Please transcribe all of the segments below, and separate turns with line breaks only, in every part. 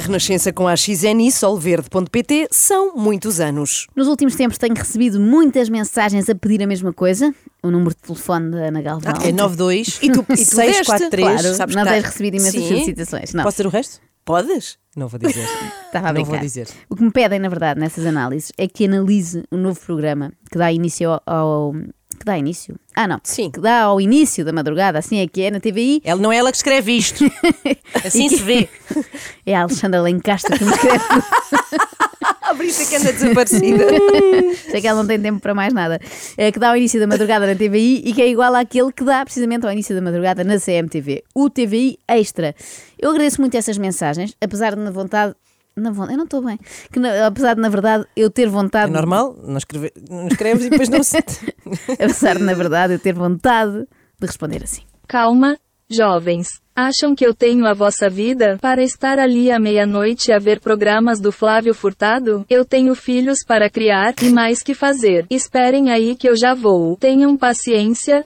Renascença com a XN e solverde.pt são muitos anos.
Nos últimos tempos tenho recebido muitas mensagens a pedir a mesma coisa. O número de telefone da Ana Galvão.
É 92
E tu, e tu
643,
deste?
sabes
não
que
tens
tá-
recebido imensas
Sim.
solicitações. Não, Tá
Posso ter o resto?
Podes?
Não vou dizer.
estava a
não
brincar.
vou dizer.
O que me pedem, na verdade, nessas análises é que analise o novo programa que dá início ao- ao. Que dá início? Ah, não.
Sim.
Que dá ao início da madrugada, assim é que é, na TVI.
Ela não é ela que escreve isto. Assim se vê.
É a Alexandra Lencastre que me escreve.
Ah, por isso é que anda desaparecida.
Sei que ela não tem tempo para mais nada. É, que dá ao início da madrugada na TVI e que é igual àquele que dá precisamente ao início da madrugada na CMTV. O TVI Extra. Eu agradeço muito essas mensagens, apesar de na vontade. Na vontade eu não estou bem. Que na- apesar de, na verdade, eu ter
É
vontade.
normal, não, escreve- não escreves e depois não se.
Apesar de, na verdade, eu ter vontade de responder assim.
Calma, jovens. Acham que eu tenho a vossa vida para estar ali à meia-noite a ver programas do Flávio Furtado? Eu tenho filhos para criar e mais que fazer. Esperem aí que eu já vou. Tenham paciência.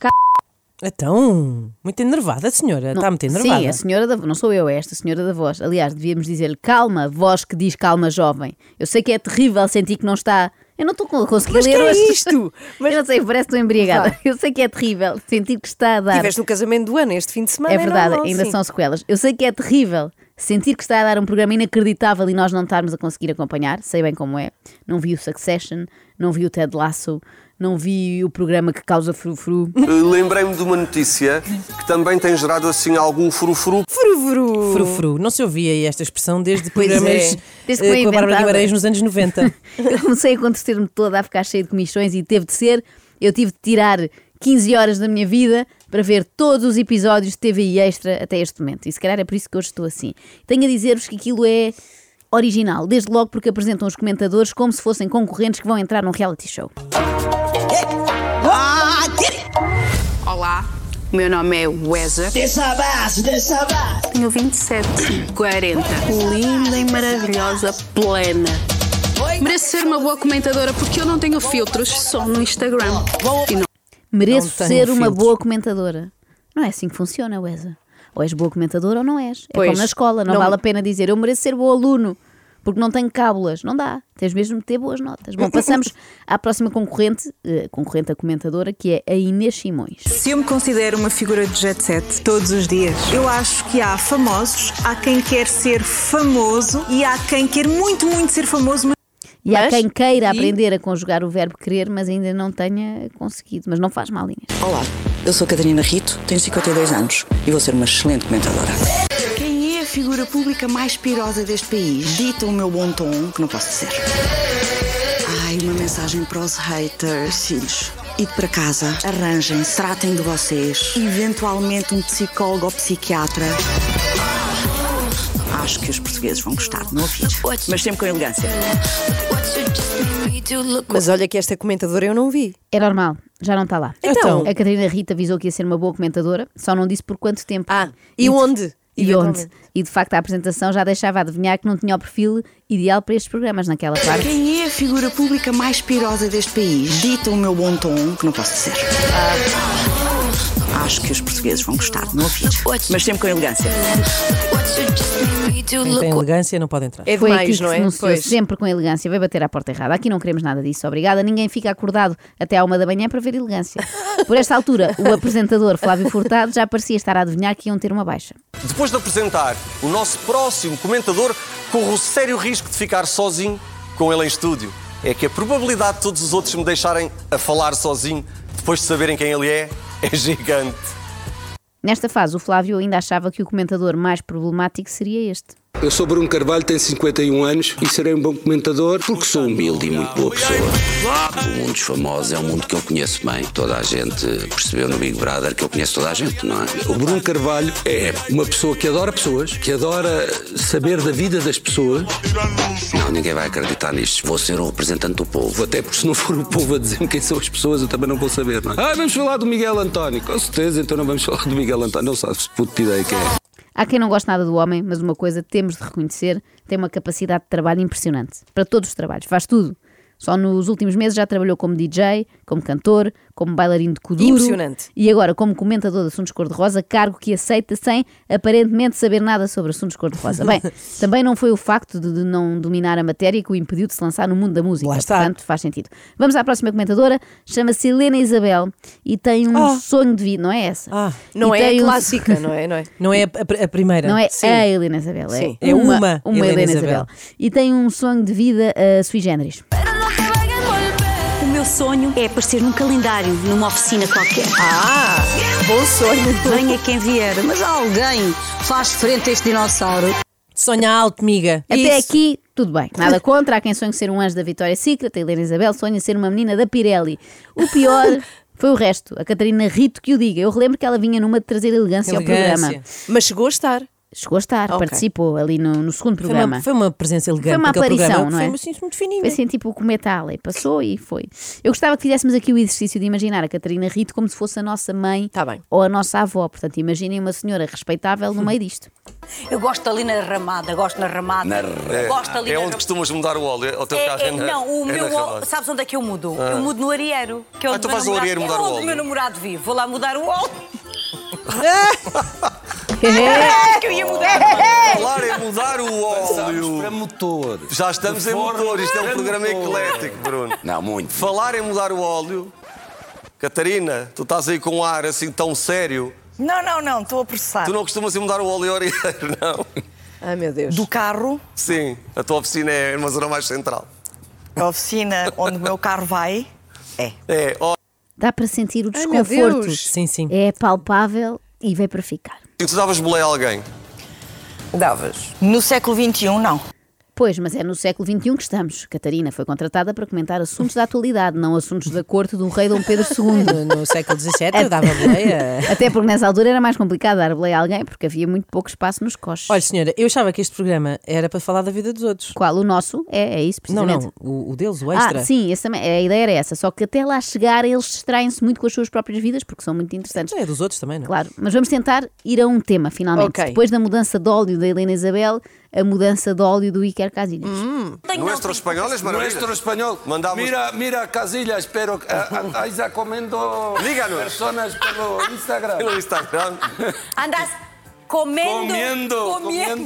Então, muito enervada a senhora. Está muito enervada.
Sim, a senhora da não sou eu, é esta senhora da voz. Aliás, devíamos dizer-lhe calma, voz que diz calma, jovem. Eu sei que é terrível sentir que não está. Eu não estou a conseguir
Mas que
ler
é
hoje.
isto?
Eu não sei, parece que estou embriagada. Eu sei que é terrível sentir que está a dar.
Tiveste no casamento do ano este fim de semana.
É verdade,
normal,
ainda
sim.
são sequelas. Eu sei que é terrível sentir que está a dar um programa inacreditável e nós não estarmos a conseguir acompanhar, sei bem como é. Não vi o Succession, não vi o Ted Lasso, não vi o programa que causa frufru.
Uh, Lembrei-me de uma notícia que também tem gerado assim algum furufuru.
Frufru.
Frufru. Não se ouvia esta expressão desde
Pois é.
programas
Desde que
eh,
foi
com a Bárbara
inventada.
Guimarães nos anos 90.
Eu comecei a acontecer-me toda a ficar cheia de comissões e teve de ser. Eu tive de tirar 15 horas da minha vida para ver todos os episódios de TVI Extra até este momento. E se calhar é por isso que hoje estou assim. Tenho a dizer-vos que aquilo é original, desde logo porque apresentam os comentadores como se fossem concorrentes que vão entrar num reality show.
Ah, Olá, o meu nome é Weza. Dessa base, dessa base. Tenho 27, 40. Linda e maravilhosa, plena. Mereço ser uma boa comentadora porque eu não tenho filtros, só no Instagram. E não
Mereço
Não tenho
ser uma
filtros.
boa comentadora. Não é assim que funciona, Wesa. Ou és boa comentadora ou não és. É
Pois,
como na escola, não,
não-
vale a pena dizer eu mereço ser bom aluno, porque não tenho cábulas. Não dá. Tens mesmo de ter boas notas. Bom, passamos à próxima concorrente, eh, concorrente a comentadora, que é a Inês Simões.
Se eu me considero uma figura de jet set todos os dias, eu acho que há famosos, há quem quer ser famoso e há quem quer muito, muito ser famoso, mas
E há quem queira aprender a conjugar o verbo querer, mas ainda não tenha conseguido. Mas não faz mal, Inês.
Olá, eu sou Catarina Rito, tenho 52 anos e vou ser uma excelente comentadora.
Quem é a figura pública mais pirosa deste país?
Dita o meu bom tom, que não posso dizer.
Ai, uma mensagem para os haters. Filhos, ide para casa, arranjem-se, tratem de vocês. Eventualmente um psicólogo ou psiquiatra. Acho que os portugueses vão gostar de me ouvir.
Mas sempre com elegância.
Mas olha que esta comentadora eu não vi.
É normal, já não está lá.
Então.
A Catarina Rita avisou que ia ser uma boa comentadora, só não disse por quanto tempo.
Ah, e,
de-
onde?
E onde?
Eventualmente.
E de facto a apresentação já deixava adivinhar que não tinha o perfil ideal para estes programas naquela parte.
Quem é a figura pública mais pirosa deste país? Dita o meu bom tom, que não posso dizer. Acho que os portugueses vão gostar de me ouvir.
Mas sempre com elegância.
Quem tem elegância não pode entrar.
É
Foi aqui
demais,
que
não
se
é?
denunciou
Pois.
sempre com elegância, veio bater à porta errada. Aqui não queremos nada disso, obrigada. Ninguém fica acordado até à uma da manhã para ver elegância. Por esta altura, o apresentador Flávio Furtado já parecia estar a adivinhar que iam ter uma baixa.
Depois de apresentar o nosso próximo comentador, corro o sério risco de ficar sozinho com ele em estúdio. É que a probabilidade de todos os outros me deixarem a falar sozinho depois de saberem quem ele é é gigante.
Nesta fase, o Flávio ainda achava que o comentador mais problemático seria este.
Eu sou Bruno Carvalho, tenho 51 anos e serei um bom comentador porque sou humilde e muito boa pessoa.
O mundo dos famosos é um mundo que eu conheço bem. Toda a gente percebeu no Big Brother que eu conheço toda a gente, não é?
O Bruno Carvalho é uma pessoa que adora pessoas, que adora saber da vida das pessoas,
Não, ninguém vai acreditar nisto. Vou ser o representante do povo.
até porque se não for o povo a dizer-me quem são as pessoas, eu também não vou saber, não é? Ah, vamos falar do Miguel António. Com certeza, então não vamos falar do Miguel António. Não sabes, puto, de ideia quem é.
Há quem não goste nada do homem, mas uma coisa temos de reconhecer: tem uma capacidade de trabalho impressionante. Para todos os trabalhos, faz tudo. Só nos últimos meses já trabalhou como DJ, como cantor, como bailarino de kuduro.
Impressionante.
E agora como comentador de assuntos cor-de-rosa, cargo que aceita sem aparentemente saber nada sobre assuntos cor-de-rosa. Bem, também não foi o facto de, de não dominar a matéria que o impediu de se lançar no mundo da música. Portanto, faz sentido. Vamos à próxima comentadora. Chama-se Helena Isabel e tem um
Ah.
sonho de vida, não é essa?
Ah,
Não
E
é
tem
a
um-
clássica, não é? Não é?
Não é a, a- a primeira.
Não é
Sim.
a Helena Isabel, é,
Sim, é uma Helena Isabel.
E tem um sonho de vida uh, sui generis.
O meu sonho é aparecer num calendário, numa oficina qualquer. Ah, bom sonho. Venha quem vier, mas alguém faz frente a este dinossauro.
Sonha alto, amiga.
Até
Isso.
aqui, tudo bem. Nada contra. Há quem sonhe ser um anjo da Vitória Secret. A Helena Isabel sonha ser uma menina da Pirelli. O pior foi o resto. A Catarina Rito que o diga. Eu relembro que ela vinha numa de trazer elegância, ao é programa.
Mas chegou a estar.
Chegou a estar,
Ok.
participou ali no, no segundo
Foi uma,
programa.
foi uma presença elegante.
Foi uma
naquele
aparição,
programa.
não é?
Foi assim, muito fininho.
Foi assim, tipo o cometa Halley. Passou e foi. Eu gostava que fizéssemos aqui o exercício de imaginar a Catarina Rito como se fosse a nossa mãe
Tá
ou a nossa avó. Portanto, imaginem uma senhora respeitável no meio disto.
Eu gosto ali na ramada, gosto na ramada.
Na
Gosto ali
É
na
onde costumas mudar o óleo ao teu
É,
carro.
é,
é na-
não, o
é
meu.
na
ó-
ramada.
sabes onde é que eu mudo?
Ah.
Eu mudo no areeiro. Que é
Ah,
onde
então
o meu
vais ao areeiro
namorado-
mudar
é
o
onde
óleo.
meu namorado vive. Vou lá mudar um o óleo.
É
que eu ia mudar.
Falar é mudar o óleo. Para motor. Já estamos
De
em
forma
motor. Isto é um
para
programa
motor.
eclético, Bruno.
Não, muito.
Falar é mudar o óleo. Catarina, tu estás aí com um ar assim tão sério.
Não, não, não, estou a processar.
Tu não costumas ir mudar o óleo ao areeiro, não?
Ai, meu Deus.
Do carro,
Sim, a tua oficina é numa zona mais central.
a oficina onde o meu carro vai.
É. É, ó.
Dá para sentir o
Ai, meu
desconforto.
Deus.
Sim, sim.
É palpável e veio para ficar.
E tu davas boleia a alguém?
Davas. No século XXI, não.
Pois, mas é no século XXI que estamos. Catarina foi contratada para comentar assuntos da atualidade, não assuntos da corte do rei Dom Pedro II.
No século XVII
É
eu dava boleia.
Até porque nessa altura era mais complicado dar boleia a alguém, porque havia muito pouco espaço nos coches.
Olha, senhora, eu achava que este programa era para falar da vida dos outros.
Qual? O nosso? É, é isso,
Não,
precisamente.
não. O, o deles, o extra.
Ah, sim, esse também, a ideia era essa. Só que até lá chegar eles distraem-se muito com as suas próprias vidas, porque são muito interessantes.
É dos outros também, não é?
Claro, mas vamos tentar ir a um tema, finalmente.
Ok.
Depois da mudança de óleo da Helena Isabel, a mudança de óleo do Iker Casillas.
Nuestro espanhol es maravilloso.
Nuestro español.
Mandamos-
Mira, mira, Casillas, pero a- a- ahí está comiendo
Díganos.
personas pelo Instagram.
Pelo Instagram.
Andas comendo.
Comendo,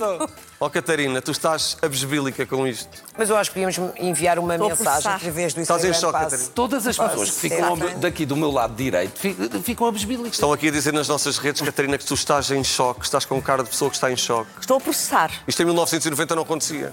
comendo.
Ó Catarina, tu estás abesbílica com isto.
Mas eu acho que podíamos enviar uma
Estou a
mensagem
processar.
através do
Estás em
Instagram.
choque,
passe-
Catarina.
Todas as
passe-
pessoas que ficam
Exato.
ab- daqui do meu lado direito fi- ficam abesbílicas.
Estão aqui a dizer nas nossas redes, Catarina, que tu estás em choque, estás com cara de pessoa que está em choque.
Estou a processar.
Isto em 1990 não acontecia.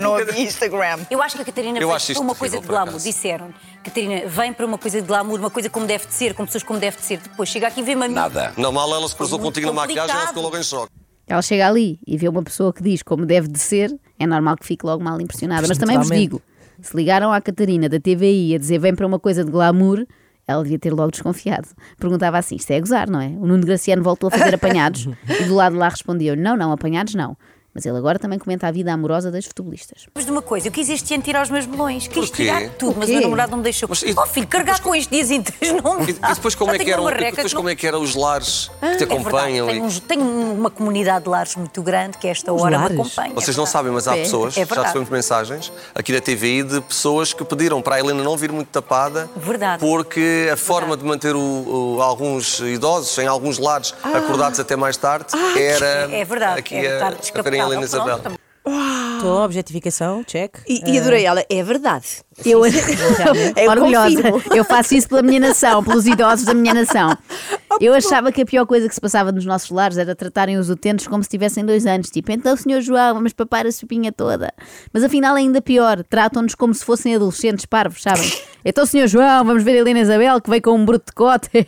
Não havia Instagram.
Eu acho que a Catarina
Eu
veio
acho
para
isto
uma
possível,
coisa de
por
glamour.
acaso.
Disseram. Catarina, vem para uma coisa de glamour, uma coisa como deve de ser, com pessoas como deve de ser. Depois chega aqui e vê-me a mim.
Nada. Não, mal ela se cruzou
Muito
contigo na maquiagem, ela
complicado.
ficou logo em choque.
Ela chega ali e vê uma pessoa que diz como deve de ser, é normal que fique logo mal impressionada. Mas também vos
Totalmente.
digo, se ligaram à Catarina da TVI a dizer vem para uma coisa de glamour, ela devia ter logo desconfiado. Perguntava assim, isto é gozar, não é? O Nuno Graciano voltou a fazer apanhados e do lado de lá respondeu não, não, apanhados não. Mas ele agora também comenta a vida amorosa das futebolistas.
Mas de uma coisa, eu quis este ano tirar os meus melões, quis
Porquê?
tirar tudo, mas
Porquê?
o meu namorado não me deixou. oh filho, carregar com isto dias inteiros não me
E,
dá.
e depois como
Já
é que
tenho
eram,
uma
e
reca
depois
que
como é que eram os lares que te
É verdade,
acompanham?
tenho,
e-
uns- tenho uma comunidade de lares muito grande que a esta hora me acompanha.
Vocês não sabem, mas há
É,
pessoas,
é
já
verdade.
recebemos mensagens aqui da TVI de pessoas que pediram para a Helena não vir muito tapada.
Verdade.
Porque a forma de manter o- o- alguns idosos em alguns lares acordados até mais tarde era
Ah. É verdade,
aqui
era estar
a, a verem a Helena
descapotável.
Isabel.
Pronto,
Estou a objetificação, check.
E,
Ah.
e adorei ela, é verdade.
Eu,
Realmente. Eu
orgulhosa.
confirmo.
Eu faço isso pela minha nação, pelos idosos da minha nação. Eu achava que a pior coisa que se passava nos nossos lares era tratarem os utentes como se tivessem dois anos. Tipo, então, senhor João, vamos papar a sopinha toda. Mas afinal, é ainda pior, tratam-nos como se fossem adolescentes parvos, sabem? Então, senhor João, vamos ver a Helena Isabel que veio com um bruto de cote.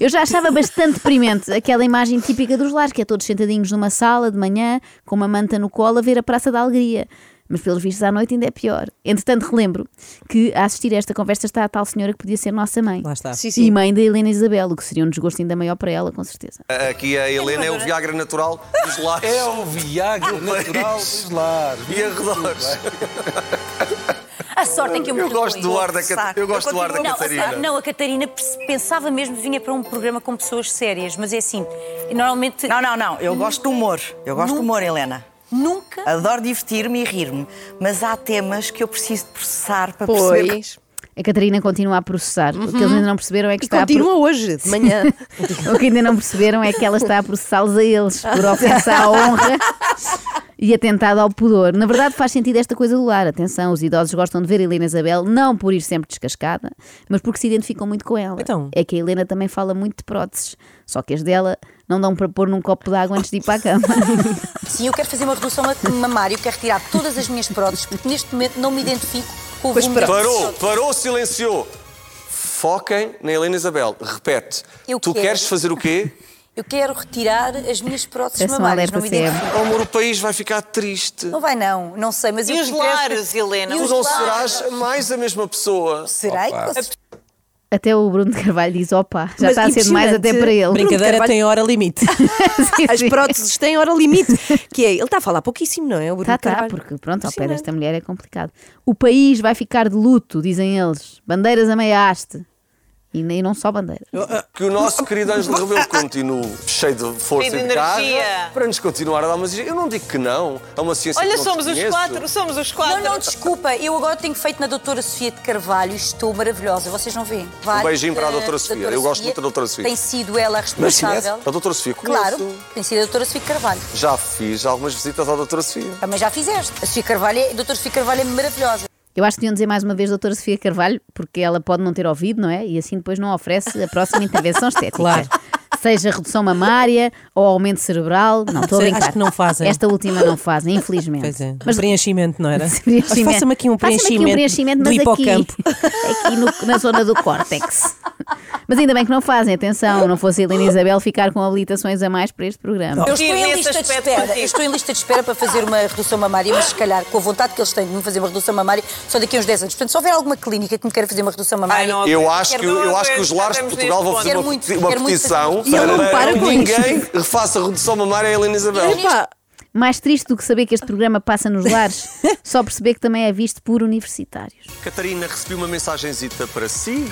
Eu já achava bastante deprimente aquela imagem típica dos lares, que é todos sentadinhos numa sala de manhã, com uma manta no colo, a ver a Praça da Alegria. Mas pelos vistos à noite ainda é pior. Entretanto, relembro que a assistir a esta conversa está a tal senhora que podia ser nossa mãe. Lá
está.
Sim, sim.
E mãe da Helena Isabel, o que seria um desgosto ainda maior para ela, com certeza.
Aqui a Helena é o Viagra natural dos lares.
É o Viagra natural dos lares.
é E arredores.
A sorte em que eu me
Eu gosto
perdoe.
do ar da Cat- eu gosto do ar da
Não, a
Catarina.
sério, Não, a Catarina pers- pensava mesmo que vinha para um programa com pessoas sérias, mas é assim, normalmente.
Não, não, não, eu gosto de humor. Eu gosto de humor, Helena. Nunca. Adoro divertir-me e rir-me, mas há temas que eu preciso de processar para perceber.
Pois. A Catarina continua a processar. O que eles ainda não perceberam é que
E
está a
continua
pro-
hoje, de
Sim.
manhã.
o que ainda não perceberam é que ela está a processá-los a eles por ofensa à honra e atentado ao pudor. Na verdade, faz sentido esta coisa do lar. Atenção, os idosos gostam de ver a Helena Isabel não por ir sempre descascada, mas porque se identificam muito com ela.
Então.
É que a Helena também fala muito de próteses, só que as dela não dão para pôr num copo de água antes de ir para a cama.
Sim, eu quero fazer uma redução ma- mamária, eu quero retirar todas as minhas próteses, porque neste momento não me identifico com o
Pois
volume da
parou, parou, silenciou. Foquem na Helena Isabel. Repete.
Eu
tu
quero.
queres fazer o quê?
Eu quero retirar as minhas próteses
Peço um
mamárias,
alerta
não me identifico.
Oh, amor, o país vai ficar triste.
Não vai não, não sei, mas
E
eu
os
que interessa-
lares, Helena?
E
Tu
os
não
lares?
serás mais a mesma pessoa.
Será
Opa.
que
Até o Bruno de Carvalho diz: opa, já
Mas
está a ser demais
impressionante.
até para ele.
Brincadeira tem hora
limite.
As próteses têm hora limite. Que é, ele está a falar pouquíssimo, não é? O Bruno
Tá, tá,
Carvalho.
porque pronto, ao pé desta mulher é complicado. O país vai ficar de luto, dizem eles. Bandeiras a meia haste. E nem não só bandeiras.
Que o nosso querido Ângelo Rebelo continue cheio de força
Cheio
e
de
de garra
energia.
para nos continuar a dar uma gíria. Eu não digo que não. É uma ciência que
Olha,
não
somos os
desconheço.
quatro,
somos os quatro.
Não, não, desculpa, eu agora tenho feito na doutora Sofia de Carvalho e estou maravilhosa, vocês não veem?
Um beijinho para a
Eh,
doutora Sofia. Eu gosto muito da doutora Sofia.
Tem sido ela a
Mas conhece?
responsável.
A doutora Sofia conhece.
Claro, tem sido a doutora Sofia de Carvalho.
Já fiz algumas visitas à doutora Sofia.
Também já fizeste. A Sofia Carvalho, é- a doutora Sofia Carvalho é maravilhosa.
Eu acho que deviam dizer mais uma vez doutora Sofia Carvalho, porque ela pode não ter ouvido, não é? E assim depois não oferece a próxima intervenção estética.
Claro.
Seja redução mamária ou aumento cerebral. Não, estou a
Sei,
brincar.
acho que não fazem.
Esta última não fazem, infelizmente.
Pois é. Mas preenchimento, não era?
Preenchimento.
Faça-me aqui um
Faça-me aqui
preenchimento,
um preenchimento,
do
mas
hipocampo.
aqui, aqui no- na zona do córtex. Mas ainda bem que não fazem, atenção, não fosse a Helena Isabel ficar com habilitações a mais para este programa.
Eu estou em lista de espera. Eu estou em lista de espera para fazer uma redução mamária, mas se calhar com a vontade que eles têm de me fazer uma redução mamária só daqui a uns 10 anos. Portanto, se houver alguma clínica que me queira fazer uma redução mamária.
Eu acho, que, eu acho que os lares de Portugal vão fazer
Quero
uma,
muito,
peti- uma
quero muito
petição
fazer uma redução.
para que ninguém faça redução mamária a Helena Isabel.
Mais triste do que saber que este programa passa nos lares, só perceber que também é visto por universitários.
Catarina, recebi uma mensagenzita para si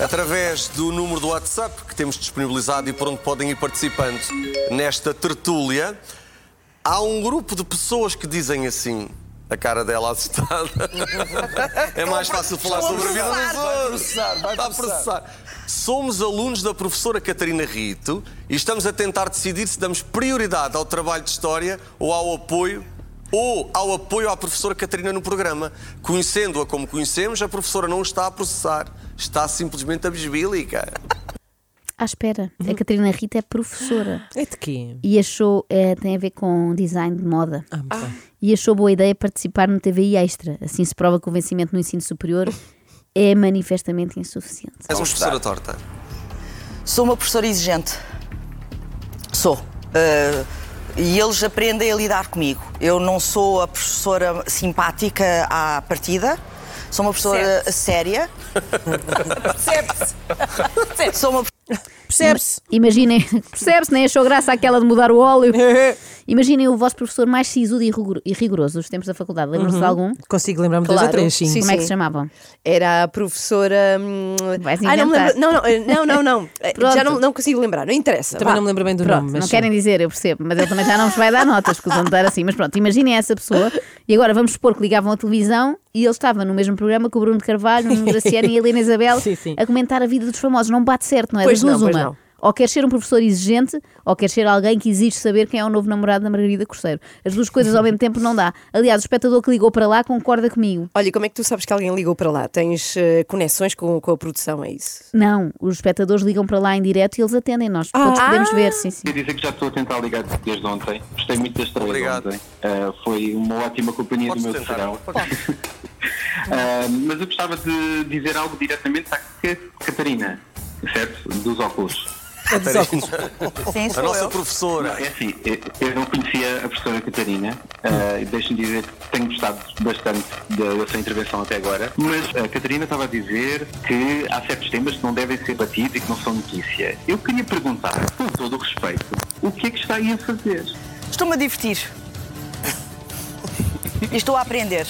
através do número do WhatsApp que temos disponibilizado e por onde podem ir participando nesta tertúlia. Há um grupo de pessoas que dizem assim, a cara dela assustada. É mais fácil falar
Estão a
sobre a vida
processar,
dos outros.
vai processar, vai
Está a
processar.
Somos alunos da professora Catarina Rito e estamos a tentar decidir se damos prioridade ao trabalho de História ou ao apoio ou ao apoio à professora Catarina no programa. Conhecendo-a como conhecemos, a professora não está a processar, está simplesmente a besbílica.
À espera,
Hum.
a Catarina Rita é professora.
É de quê? Ah,
E achou, eh, tem a ver com design de moda.
Ah.
E achou boa ideia participar no TVI Extra. Assim se prova que o vencimento no ensino superior é manifestamente insuficiente.
És uma professora torta.
Sou uma professora exigente. Sou. Uh, e eles aprendem a lidar comigo. Eu não sou a professora simpática à partida. Sou uma professora séria. Percebe-se. Sou uma
Percebe-se. Imaginem, percebe-se, nem achou graça aquela de mudar o óleo. Uhum. Imaginem o vosso professor mais sisudo e rigor- e rigoroso dos tempos da faculdade. Lembram-se de
Uhum.
algum?
Consigo lembrar-me
Claro.
dois ou três, sim.
Sim,
Como é que
sim.
se chamavam?
Era a professora. hum, Ah, não me
inventar.
lembro. Não, não, eh, não, não. não. Eh, Já
Pronto.
não, não consigo lembrar, não interessa.
Vá. Pronto, Não querem dizer, eu percebo, mas ele também já não vos vai dar notas, porque vão dar assim. Mas pronto, imaginem essa pessoa. E agora vamos supor que ligavam à televisão e ele estava no mesmo programa com o Bruno de Carvalho, o Graciano e a Helena Isabel a comentar a vida dos famosos. Não bate certo, não é?
Pois
Das duas
não, pois
uma.
não.
Ou quer ser um professor exigente, ou quer ser alguém que exige saber quem é o novo namorado da Margarida Corseiro. As duas coisas ao mesmo tempo não dá. Aliás, o espectador que ligou para lá concorda comigo.
Olha, como é que tu sabes que alguém ligou para lá? Tens eh, conexões com, com a produção, é isso?
Não, os espectadores ligam para lá em direto e eles atendem nós.
Ah.
Todos podemos ver, sim, sim.
Queria dizer que já estou a tentar ligar desde ontem. Gostei muito desta Obrigado. ontem. Ah, foi uma ótima companhia do meu serão. Ah, mas eu gostava de dizer algo diretamente à C- Catarina, certo? Dos óculos.
É dos óculos.
Sim,
a
sou
nossa
eu.
professora.
É assim, eu- eu não conhecia a professora Catarina. Ah, e Deixem-me dizer que tenho gostado bastante da, da sua intervenção até agora. Mas eh, a Catarina estava a dizer que há certos temas que não devem ser batidos e que não são notícia. Eu queria perguntar, com todo o respeito, o que é que está aí a fazer?
Estou-me a divertir. E estou a aprender.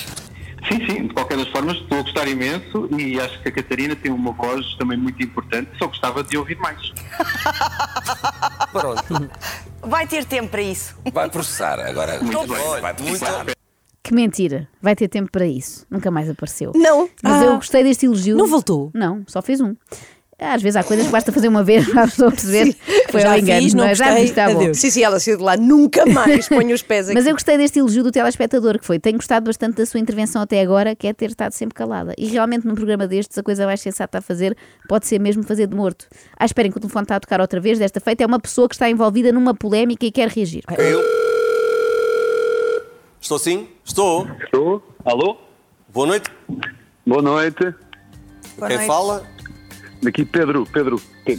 Sim, sim, de qualquer das formas estou a gostar imenso e acho que a Catarina tem uma voz também muito importante, só gostava de ouvir mais.
Pronto.
Vai ter tempo para isso.
Vai processar agora.
Muito
Olha, vai processar.
Que mentira. Vai ter tempo para isso. Nunca mais apareceu.
Não.
Mas
Ah.
eu gostei deste elogio.
Não voltou?
Não, só fez um. Às vezes há coisas que basta fazer uma vez para a pessoa perceber que foi
já
ao engano.
fiz, não
mas já
gostei,
fiz, está bom.
adeus. Sim, sim, ela saiu de lá nunca mais. Ponho os pés aqui.
Mas eu gostei deste elogio do telespectador, que foi: tenho gostado bastante da sua intervenção até agora, que é ter estado sempre calada. E realmente, num programa destes, a coisa mais sensata a fazer pode ser mesmo fazer de morto. Ah, esperem que o telefone está a tocar outra vez. Desta feita, é uma pessoa que está envolvida numa polémica e quer reagir.
Eu? Estou sim? Estou?
Estou. Alô?
Boa noite.
Boa noite.
Quem fala?
Daqui Pedro, Pedro. é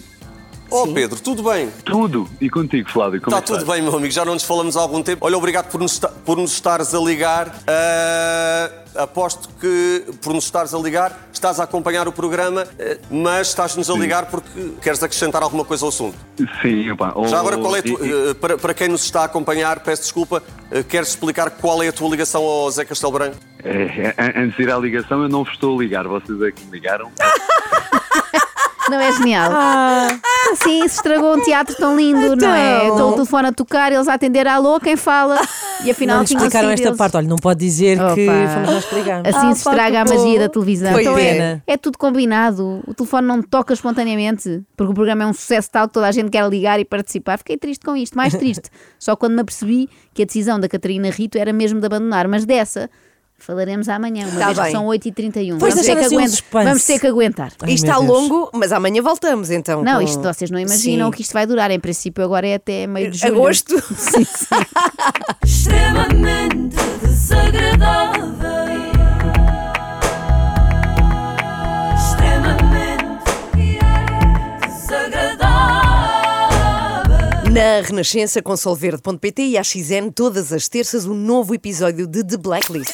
Oh, Pedro, tudo bem?
Tudo. E contigo, Flávio, como
Está
é que
tudo bem, meu amigo, já não nos falamos há algum tempo. Olha, obrigado por nos, esta- por nos estares a ligar. Ah, aposto que por nos estares a ligar, estás a acompanhar o programa, eh, mas estás-nos a ligar porque queres acrescentar alguma coisa ao assunto.
estás? Sim, opa. oh,
Já agora, qual é a tua-
e-
eh, para, para quem nos está a acompanhar, peço desculpa, eh, queres explicar qual é a tua ligação ao Zé Castelo Branco?
é, é, Antes de ir à ligação, eu não vos estou a ligar. Vocês é que me ligaram.
Não é genial? Sim, se estragou um teatro tão lindo, não é?
Ah. Então.
Dou o telefone a tocar, eles a atender, alô, quem fala? E afinal
Não
tinham
explicaram
sido
esta
eles.
parte. Olha, não pode dizer que
Opa.
fomos nós que Ah. ligamos.
Assim se estraga a magia da televisão.
Foi
Então é-
pena.
É, tudo combinado. O telefone não toca espontaneamente, porque o programa é um sucesso tal que toda a gente quer ligar e participar. Fiquei triste com isto, mais triste. Só quando me apercebi que a decisão da Catarina Rito era mesmo de abandonar, mas dessa. Falaremos amanhã, uma
Tá
vez que
bem.
são 8h31.
Pois,
Vamos ter,
deixar
que
assim um
aguentar.
suspense.
Vamos ter que aguentar.
Isto está
é
longo, mas amanhã voltamos então.
Não,
com-
isto vocês não imaginam
Sim.
o que isto vai durar. Em princípio, agora é até meio de julho.
Agosto.
Sim, sim.
extremamente desagradável. Extremamente desagradável.
Na Renascença, com solverde.pt e a XN, todas as terças, um novo episódio de The Blacklist.